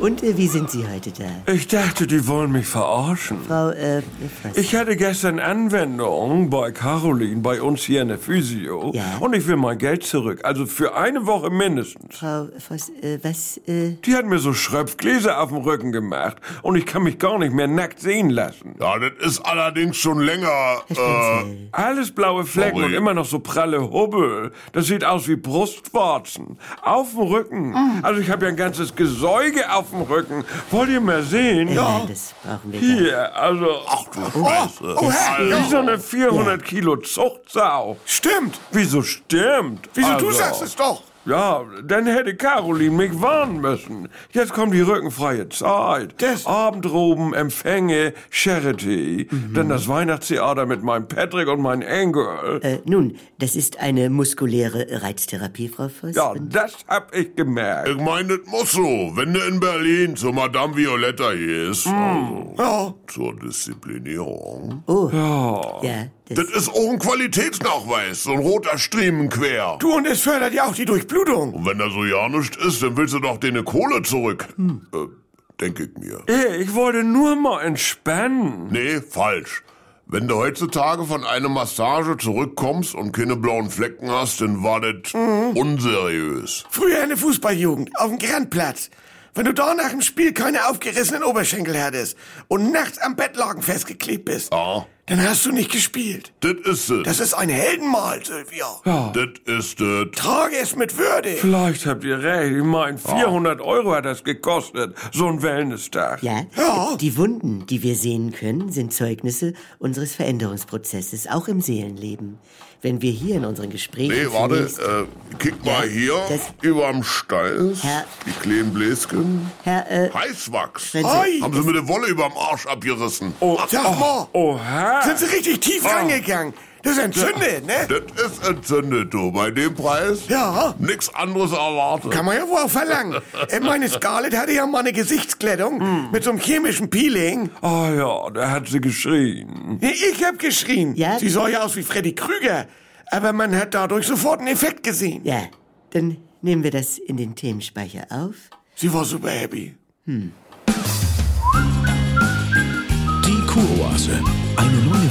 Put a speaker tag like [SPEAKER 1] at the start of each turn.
[SPEAKER 1] Und äh, wie sind Sie heute da?
[SPEAKER 2] Ich dachte, die wollen mich verarschen.
[SPEAKER 1] Frau, äh, Fress.
[SPEAKER 2] Ich hatte gestern Anwendung bei Caroline, bei uns hier in der Physio.
[SPEAKER 1] Ja.
[SPEAKER 2] Und ich will mein Geld zurück. Also für eine Woche mindestens.
[SPEAKER 1] Frau Voss, äh, was, äh,
[SPEAKER 2] Die hat mir so Schröpfgläser auf dem Rücken gemacht. Und ich kann mich gar nicht mehr nackt sehen lassen.
[SPEAKER 3] Ja, das ist allerdings schon länger.
[SPEAKER 1] Herr
[SPEAKER 3] Äh,
[SPEAKER 1] Spitzel?
[SPEAKER 2] Alles blaue Flecken
[SPEAKER 3] Sorry.
[SPEAKER 2] und immer noch so pralle Hubbel. Das sieht aus wie Brustwarzen. Auf dem Rücken.
[SPEAKER 3] Mm.
[SPEAKER 2] Also ich habe ja ein ganzes Gesäuge auf dem Rücken. Wollt ihr mal sehen?
[SPEAKER 1] Äh, nein, das brauchen wir gar nicht.
[SPEAKER 2] Hier, also...
[SPEAKER 3] ach du Scheiße. Alter.
[SPEAKER 2] Wie so eine 400 Kilo Zuchtsau.
[SPEAKER 3] Stimmt.
[SPEAKER 2] Wieso stimmt?
[SPEAKER 3] Wieso
[SPEAKER 2] also,
[SPEAKER 3] du sagst es doch?
[SPEAKER 2] Ja, dann hätte Caroline mich warnen müssen. Jetzt kommt die rückenfreie Zeit.
[SPEAKER 3] Das-
[SPEAKER 2] Abendroben, Empfänge, Charity.
[SPEAKER 4] Mhm.
[SPEAKER 2] Dann das Weihnachtstheater mit meinem Patrick und meinem Engel.
[SPEAKER 1] Äh, nun, das ist eine muskuläre Reiztherapie, Frau Voss.
[SPEAKER 2] ja,
[SPEAKER 1] Und,
[SPEAKER 2] das hab ich gemerkt.
[SPEAKER 3] Ich meine, das muss so. Wenn du in Berlin zur Madame Violetta hier ist, also, zur Disziplinierung.
[SPEAKER 1] oh. Ja. ja das,
[SPEAKER 3] Das ist auch ein Qualitätsnachweis, so ein roter Striemen quer.
[SPEAKER 4] Du und es fördert ja auch die Durchblutung.
[SPEAKER 3] Und wenn da so ja nichts ist, dann willst du doch deine Kohle zurück. Äh, denk ich mir.
[SPEAKER 2] Ey, ich wollte nur mal entspannen.
[SPEAKER 3] Nee, falsch. Wenn du heutzutage von einer Massage zurückkommst und keine blauen Flecken hast, dann war das unseriös.
[SPEAKER 4] Früher in der Fußballjugend, auf dem Grandplatz. Wenn du da nach dem Spiel keine aufgerissenen Oberschenkel hattest und nachts am Bettlaken festgeklebt bist,
[SPEAKER 3] Ja,
[SPEAKER 4] dann hast du nicht gespielt.
[SPEAKER 3] das ist es.
[SPEAKER 4] Das ist ein Heldenmal, Sylvia.
[SPEAKER 1] Ah.
[SPEAKER 3] Das ist es.
[SPEAKER 4] Trage es mit Würde.
[SPEAKER 2] Vielleicht habt ihr recht. Ich mein, 400 Euro hat das gekostet. So ein Wellness-Tag.
[SPEAKER 1] ja.
[SPEAKER 4] Ja.
[SPEAKER 1] Die Wunden, die wir sehen können, sind Zeugnisse unseres Veränderungsprozesses, auch im Seelenleben. Wenn wir hier in unseren Gesprächen.
[SPEAKER 3] Nee, warte,
[SPEAKER 1] zunächst-
[SPEAKER 3] äh, kick mal
[SPEAKER 1] Ja,
[SPEAKER 3] hier,
[SPEAKER 1] das-
[SPEAKER 3] überm Steiß,
[SPEAKER 1] Herr-
[SPEAKER 3] die kleinen Bläschen.
[SPEAKER 1] Herr, äh,
[SPEAKER 3] Heißwachs.
[SPEAKER 1] Wenn Sie-
[SPEAKER 4] Oi.
[SPEAKER 3] Haben sie mit der Wolle überm Arsch abgerissen.
[SPEAKER 4] Oh, Sag mal,
[SPEAKER 2] Oha.
[SPEAKER 4] sind sie richtig
[SPEAKER 2] Oh.
[SPEAKER 4] tief rangegangen. Das entzündet, ne?
[SPEAKER 3] Das ist entzündet, du, bei dem Preis.
[SPEAKER 4] Ja.
[SPEAKER 3] Nix anderes erwartet.
[SPEAKER 4] Kann man ja wohl auch verlangen. Äh, Meine Scarlett hatte ja mal eine Gesichtsglättung mit so einem chemischen Peeling.
[SPEAKER 2] Hm. Ah ja, da hat sie geschrien.
[SPEAKER 4] Nee, ich hab geschrien.
[SPEAKER 1] Ja?
[SPEAKER 4] Sie sah ja aus wie Freddy Krüger. Aber man hat dadurch sofort einen Effekt gesehen.
[SPEAKER 1] ja, dann nehmen wir das in den Themenspeicher auf.
[SPEAKER 4] Sie war super happy.
[SPEAKER 5] Die Kuroase. Eine neue